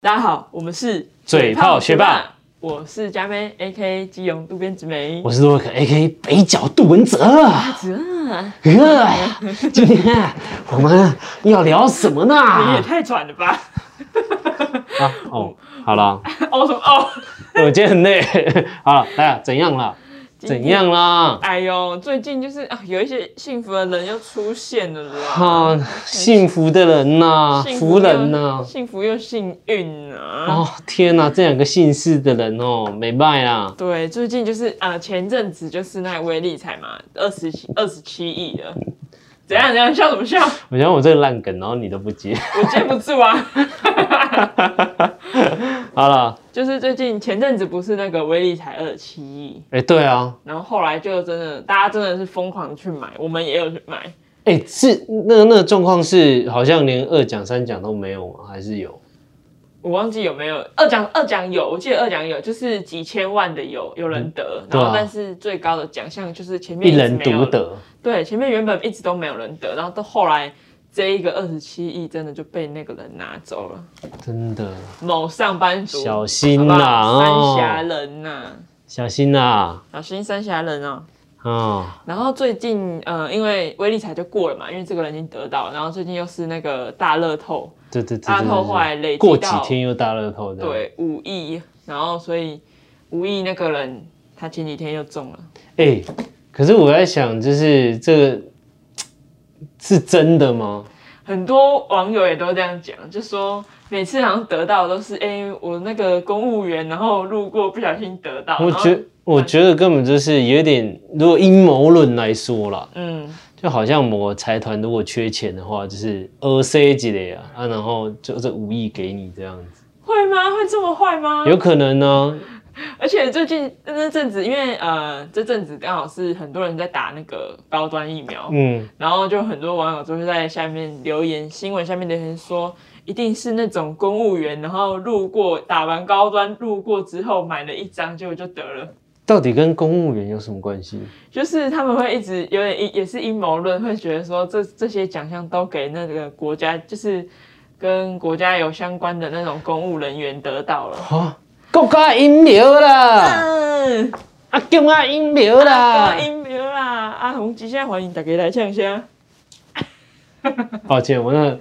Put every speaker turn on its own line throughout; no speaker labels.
大家好，我们是
嘴炮学霸，
我是佳妹 A K 基隆渡边直美。
我是洛克 A.K. 北角杜文泽。
啊，
呃，今天啊我们要聊什么呢？
你也
啊，
太喘了吧！
哦，好了，
哦什么哦？
我今天很累。 好了，哎呀，怎样了？
今天
怎样啦？
哎呦，最近就是啊，有一些幸福的人又出现了啦。
啊，幸福的人呐、福人呐、
幸福又幸运啊！
哦，天哪、这两个姓氏的人哦，没卖啦。
对，最近就是啊、呃前阵子就是那位理财嘛，二十七二十七亿了，怎样怎样笑什么笑？
我想我这个烂梗，然后你都不接。
我接不住啊！
好了，
就是最近前阵子不是那个威力才二十七亿，
哎、对啊，
然后后来就真的大家真的是疯狂去买，我们也有去买，
哎、是那那个状况是好像连二奖三奖都没有吗？还是有？
我忘记有没有二奖二奖有，我记得二奖有，就是几千万的有有人得，
对啊
然后但是最高的奖项就是前
一
面
人
直没有
独，得。
对，前面原本一直都没有人得，然后到后来这一个二十七亿真的就被那个人拿走了，
真的，
某上班族，
小心
好
呐、
不好三峡
哦，
人呐、
小心呐、
小心三峡人哦。
哦，
然后最近，呃，因为威力彩就过了嘛，因为这个人已经得到，然后最近又是那个大乐透，
对对对
大
对
乐透
对
后来累积
过几
到
天又大乐透的，，
对五亿，然后所以五亿那个人他前几天又中了，
哎、可是我在想，就是这个是真的吗？
很多网友也都这样讲，就说每次好像得到都是，哎，我那个公务员，然后路过不小心得到，
我
然后
觉我觉得根本就是有点，如果阴谋论来说啦，
嗯，
就好像某个财团如果缺钱的话，就是呃 C 级类啊，啊，然后就这五亿给你这样子，
会吗？会这么坏吗？
有可能啊呢、
而且最近那阵子，因为呃，这阵子刚好是很多人在打那个高端疫苗，
嗯，
然后就很多网友就会在下面留言，新闻下面留言说，一定是那种公务员，然后路过打完高端路过之后买了一张，结果就得了。
到底跟公务员有什么关系？
就是他们会一直有点也是阴谋论，会觉得说这这些奖项都给那个国家，就是跟国家有相关的那种公务人员得到了。
啊，国家阴流啦！
嗯，
啊，叫我音苗啦
啊，！阴谋啦！阿红啊吉，现在欢迎大家来呛虾。
抱歉，我那，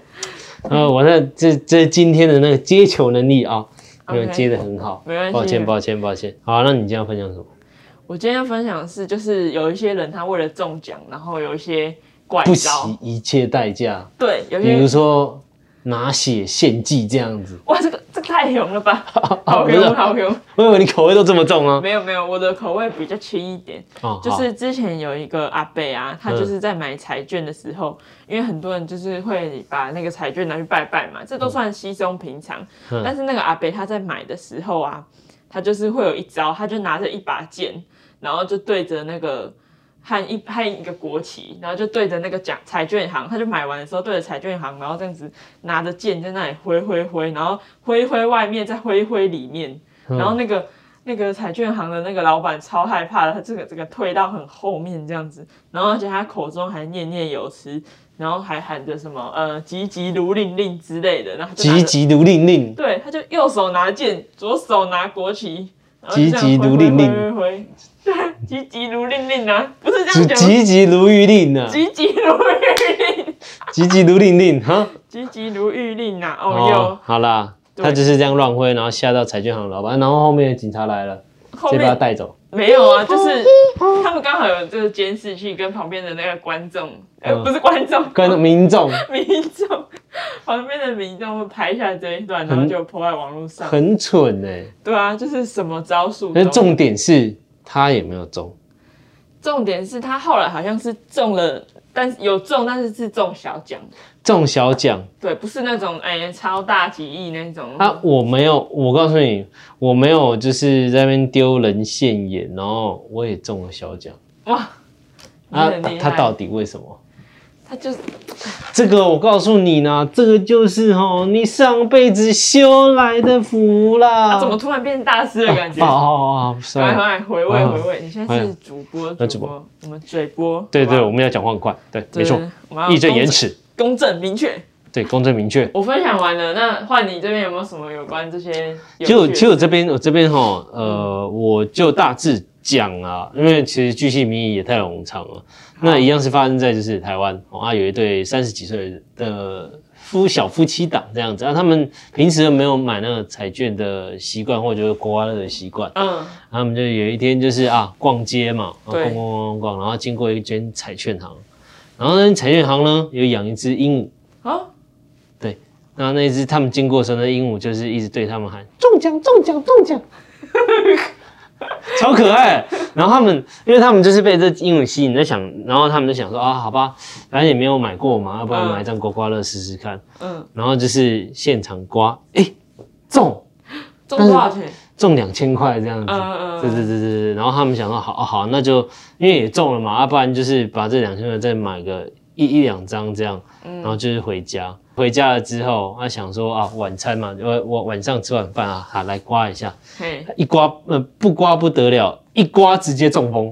呃，我那这这今天的那个接球能力啊，没有
OK
接的很好，
没关系
抱歉，抱歉，抱歉。好、那你今天要分享什么？
我今天要分享的是，就是有一些人他为了中奖，然后有一些怪
不惜
招。
一切代价，
对，有
比如
些
说拿血献祭这 样子。啊
哇，这个这个太勇了吧，好
不是
勇好勇。
我以为你口味都这么重啊。
没有没有，我的口味比较轻一点。
哦，
就
好
是之前有一个阿伯啊，他就是在买彩券的时候，因为很多人就是会把那个彩券拿去拜拜嘛，这都算稀松平常。
嗯
但是那个阿伯他在买的时候啊，他就是会有一招，他就拿着一把剑，然后就对着那个。和一和一个国旗，然后就对着那个奖彩券行，他就买完的时候对着彩券行，然后这样子拿着剑在那里挥挥挥，然后挥挥外面，再挥挥里面，然后那个那个彩券行的那个老板超害怕的，他这个这个退到很后面这样子，然后而且他口中还念念有词，然后还喊着什么呃“急急如令令”之类的，然后他就拿
急
着，
急如令令，
对，他就右手拿剑，左手拿国旗，然后
急
就这样
急
挥
如
挥
令
挥
令
挥挥，对，急急如令令啊，不是这
急
样讲吗，
急急如律令啊，
急急如律令，
急急如令令哈。
急急如律令啊，哦
哦
哟，，
好啦，
对
他只是这样乱挥，然后吓到彩券行老板，然后后面的警察来了，
后
直接把他
面
带走。
没有啊，就是他们刚好有这个监视器跟旁边的那个观众，呃，
嗯
不是观众，
跟民众
民众，旁边的民众会拍下这一段，然后就抛在网络上。
很蠢哎、
对啊，就是什么招数
那
都。
重点是他也没有中，
重点是他后来好像是中了，但是有中，但是是中小奖，
中小奖
对，不是那种哎、超大几亿那种。
啊！我没有，我告诉你，我没有，就是在那边丢人现眼，然后我也中了小奖
哇，你
啊！
很厉害。
他到底为什么？
他就是
这个我告诉你呢，这个就是哦，你上辈子修来的福啦。
啊怎么突然变大师的感觉？
好好好，s
来
o
来回
哦
味回味，你现在是主播
哎
主播，我们嘴播。
对
好不好
对，我们要讲话很快，对，没错，
对我们要
义正
啊公
言
正
辞。
公正明确。
对，公正明确。
我分享完了，那换你这边有没有什么有关这些有趣的
就
事？
其实我这边我这边哈，呃，我就大致讲啊，因为其实巨细靡遗也太冗长了。那一样是发生在就是台湾哦，啊，有一对三十几岁的夫小夫妻档这样子，啊，他们平时没有买那个彩券的习惯，或者是刮刮乐的习惯，
嗯
他们就有一天就是啊逛街嘛，啊、
对
逛逛逛逛逛，然后经过一间彩券行，然后那间彩券行呢有养一只鹦鹉，
啊
然后那一只他们经过的时候，那鹦鹉就是一直对他们喊“中奖，中奖，中奖”，超可爱。然后他们，因为他们就是被这鹦鹉吸引，在想，然后他们就想说啊，好吧，反正也没有买过嘛，要不然买一张刮刮乐试试看。
嗯，
然后就是现场刮，哎，中
中多少钱？
中两千块这样子。
嗯嗯
对对对对对，然后他们想说，好、哦、好，那就因为也中了嘛，啊要、不然就是把这两千块再买个一一两张这样，然后就是回家。回家了之后，他、想说啊，晚餐嘛，我我晚上吃晚饭啊，好来刮一下，
嘿，
一刮呃不刮不得了，一刮直接中风，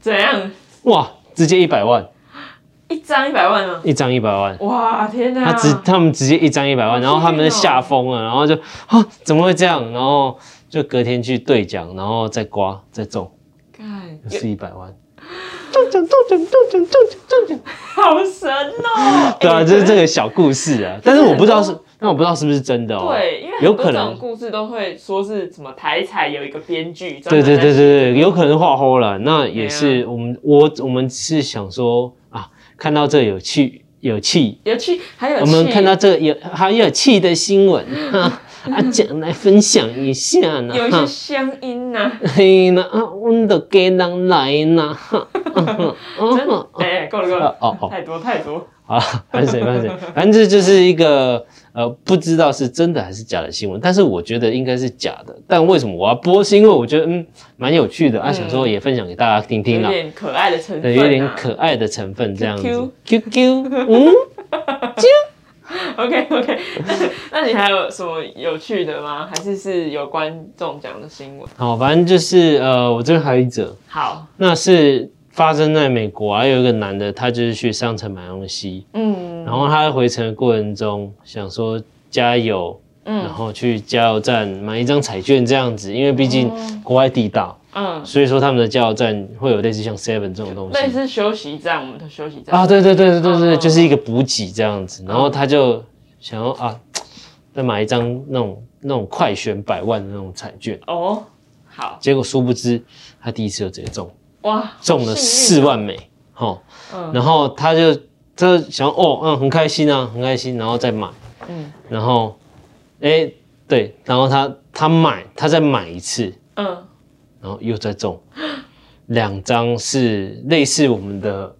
怎样？
哇，直接一百万，
一张一百万吗？
一张一百万。
哇，天哪！
他直他们直接一张一百万，然后他们就吓疯了，然后就啊怎么会这样？然后就隔天去兑奖，然后再刮再中，
干
又是一百万，中奖中奖中奖中奖中奖。
好神哦！
对啊，
哎
就是这个小故事啊，但是我不知道是
很，
但我不知道是不是真的哦。
对，因为很
有
多
可
这种
能，
故事都会说是什么台彩有一个编剧，专
对
门
对
在
对对对，有可能画齁了。那
对啊
也是我们我我们是想说啊，看到这有趣有气，
有趣，还有
我们
气
看到这有还有气的新闻哈啊，讲来分享一下呢。
有一些
哈
乡音呐，
嘿呢啊，我们的给人来 呢。哈
真的哎，够了够
哦
了，
哦哦，
太多太多，
啊，反正反正，反正这就是一个呃，不知道是真的还是假的新闻，但是我觉得应该是假的。但为什么我要播？是因为我觉得嗯蛮有趣的啊，想说也分享给大家听
嗯
听
有
啦，
点可爱的成分
对，
啊，
有点可爱的成分这样子
QQ。
QQ，嗯，
OK OK，那 你还有什么有趣的吗？还是是有关中奖的新闻？
好，反正就是呃，我这边还有一则，
好，
那是发生在美国啊，有一个男的，他就是去商城买东西，
嗯
然后他在回程的过程中想说加油，然
嗯
后去加油站买一张彩券这样子，因为毕竟
哦
国外地大，
嗯，
所以说他们的加油站会有类似像 Seven 这种东
类
西
似休息站，我们的休息站
啊，对对对对对
嗯
对，
嗯
就是一个补给这样子，然后他就想要啊，再买一张那种那种快选百万的那种彩券，
哦，好
结果殊不知他第一次就直接中，
哇，好
中了
幸
四
运哦，
万美，哦，
嗯
然后他就他就想哦嗯很开心啊很开心，然后再买，
嗯
然后哎对，然后他他买他再买一次，
嗯，
然后又再中，两张是类似我们的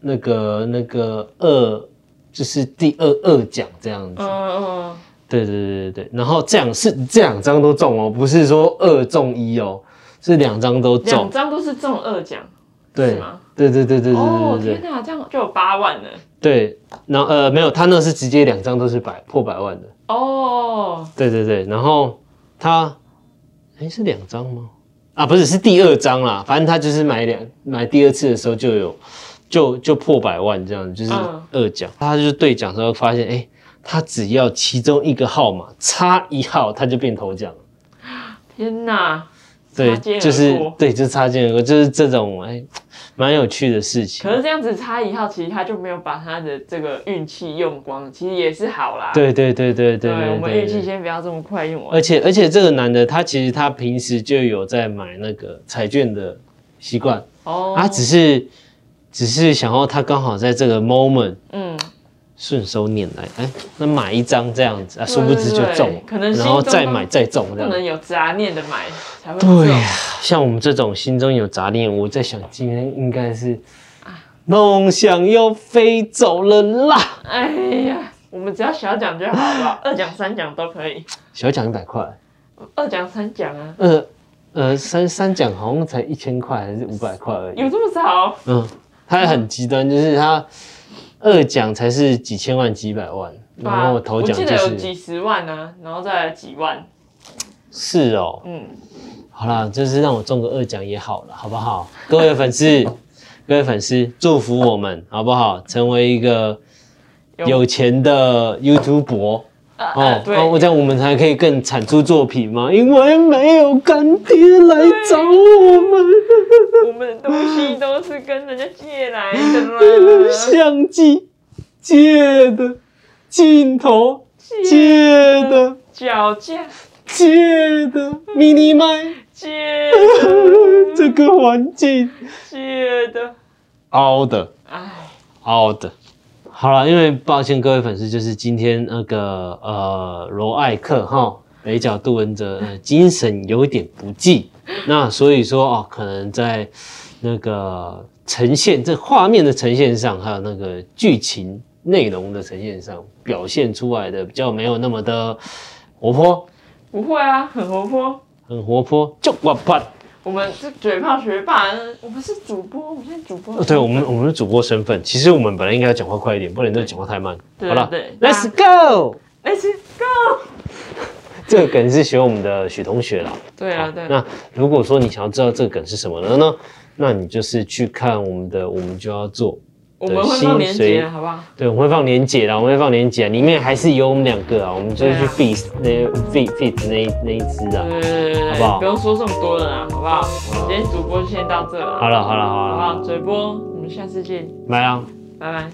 那个那个二，就是第二二奖这样
嗯
子。
嗯
对对对对对，然后这样是这两张都中哦，不是说二中一哦，是两张都
嗯，两
中。
张都是中二奖，
对
是吗
对对对对对
哦
对对
天
对
哪，这样就有八万了
对，然后呃没有，他那是直接两张都是百破百万的。
哦，
对对对，然后他哎是两张吗？啊，不是，是第二张啦。反正他就是买两买第二次的时候就有就就破百万这样，就是
嗯
二奖。他就是兑奖的时候发现，哎，他只要其中一个号码差一号，他就变头奖了。
天哪，
对
擦肩，而
就是
过
对，就擦肩而过，就是这种哎，蛮有趣的事情
可。是这样子差一号，其实他就没有把他的这个运气用光，其实也是好啦。
对对对对对
对，我
对
们运
对
气
对。
先不要这么快用完
而。且而且这个男的，他其实他平时就有在买那个彩券的习惯。
哦，
啊他只是只是想要他刚好在这个 moment
嗯，
顺手拈来，哎，那买一张这样子啊，殊不知就
对
中
对对
了，
可能心
然
中
后再买再中这
不能
样。
有杂念的买才会中
对呀，像我们这种心中有杂念，我在想今天应该是
啊
梦想又飞走了啦，
哎呀，我们只要小奖就好 了，二奖三奖都可以，
小奖一百块，
二奖三奖啊，
呃呃，三三奖好像才一千块还是五百块而已。
有这么少？
嗯，他很极端，就是他二奖才是几千万几百万，然后头
啊我
奖
记
就
得有
是
几十万呢，然后再来几万，
是哦，
嗯，
好啦，就是让我中个二奖也好了，好不好？各 位粉丝，各位粉丝，祝福我们好不好？成为一个
有
有钱的 YouTube 哦，
呃呃
哦，
对，
那我这样我们才可以更产出作品嘛，因为没有干爹来找我们，
我们的东西都是跟人家借来的
呃
啦，
相机借的，镜头借的，
脚架
借的，mini 麦
借的，
这个环境
借的，
凹的。
哎，
好的，好了，因为抱歉各位粉丝，就是今天那个呃罗艾克哈北角杜文哲、 呃、精神有点不济，那所以说哦，可能在那个呈现这画面的呈现上，还有那个剧情内容的呈现上，表现出来的比较没有那么的活泼，
不会啊，很活泼。
很活泼，就我吧。
我们是嘴炮学霸，我们是主播，我们现在主播
呃。对我们我们是主播身份，其实我们本来应该要讲话快一点，不然都讲话太慢。
对
好了
对
，Let's go。
哎，Let's go。
这个梗是学我们的许同学啦。
对啊，对啊，
那如果说你想要知道这个梗是什么呢？那那你就是去看我们的，我们就要做。
我们会放链接，好不好？
对，我们会放连结啦，我们会放连结，里面还是有我们两个啊，我们就去 feed 那 feed feed 那一那一只啊。
对对对
好
对
不好
呃对，不用说这么多了啦，好不好？今天主播就先到这了，
好了好了好
好不
了，
好？嘴播，我们下次见，
拜啦。
拜拜。